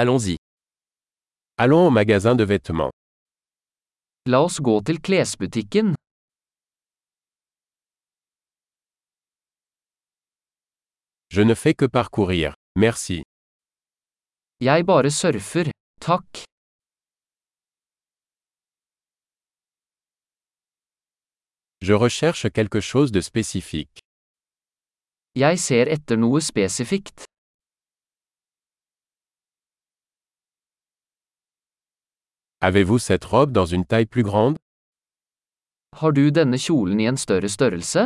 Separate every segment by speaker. Speaker 1: Allons-y. Allons au magasin de vêtements.
Speaker 2: La oss gå til klesbutikken.
Speaker 1: Je ne fais que parcourir. Merci.
Speaker 2: Jeg bare surfer. Takk.
Speaker 1: Je recherche quelque chose de spécifique.
Speaker 2: Jeg ser etter noe spesifikt.
Speaker 1: Avez-vous cette robe dans une taille plus grande
Speaker 2: Har du denne kjolen i en større størrelse?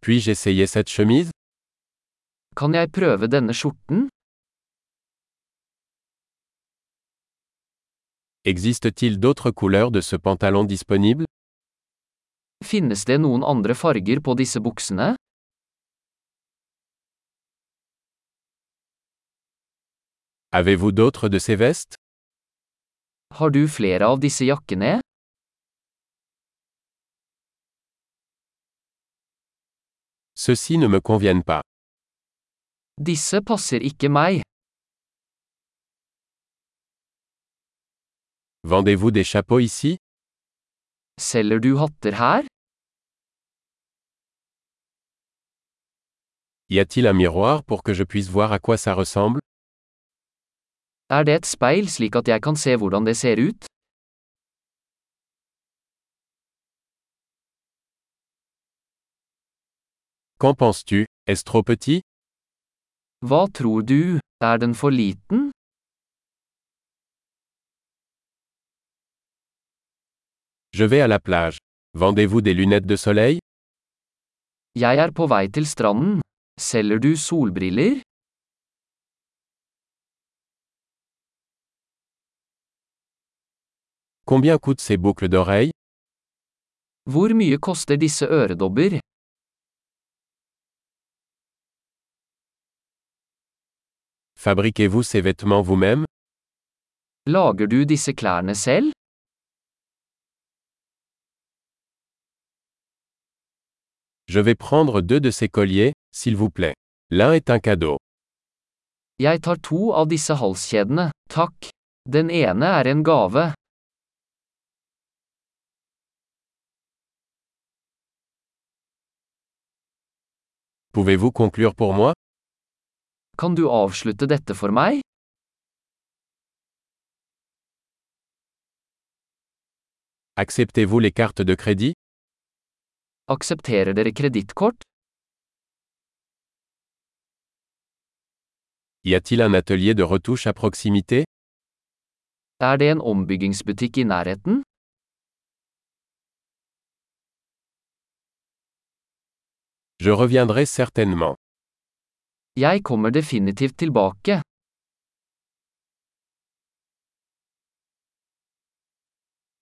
Speaker 1: Puis-je essayer cette chemise
Speaker 2: Kan jeg prøve denne skjorten?
Speaker 1: Existe-t-il d'autres couleurs de ce pantalon disponible
Speaker 2: Finnes det noen andre farger på disse buksene?
Speaker 1: Avez-vous d'autres de ces vestes
Speaker 2: Har du flere av disse jakkene?
Speaker 1: Ceux-ci ne me conviennent pas.
Speaker 2: Disse passer ikke meg.
Speaker 1: Vendez-vous des chapeaux ici
Speaker 2: Selger du hatter her?
Speaker 1: Y a-t-il un miroir pour que je puisse voir à quoi ça ressemble
Speaker 2: Er det et speil slik at jeg kan se hvordan det ser ut?
Speaker 1: Qu'en penses-tu Est-ce trop petit
Speaker 2: Hva tror du? Er den for liten?
Speaker 1: Je vais à la plage. Vendez-vous des lunettes de soleil
Speaker 2: Jeg er på vei til stranden. Selger du solbriller?
Speaker 1: Combien coûtent ces boucles d'oreilles
Speaker 2: Hvor mye koster disse øredobber?
Speaker 1: Fabriquez-vous ces vêtements vous-même
Speaker 2: Lager du disse klærne selv?
Speaker 1: Je vais prendre deux de ces colliers, s'il vous plaît. L'un est un cadeau.
Speaker 2: Jeg tar to av disse halskjedene, takk. Den ene er en gave.
Speaker 1: Pouvez-vous conclure pour moi
Speaker 2: Kan du avslutte dette for meg?
Speaker 1: Acceptez-vous les cartes de crédit
Speaker 2: Aksepterer dere kredittkort?
Speaker 1: Y a-t-il un atelier de retouche à proximité
Speaker 2: Er det en ombyggingsbutikk i nærheten?
Speaker 1: Je reviendrai certainement.
Speaker 2: Jeg kommer definitivt tilbake.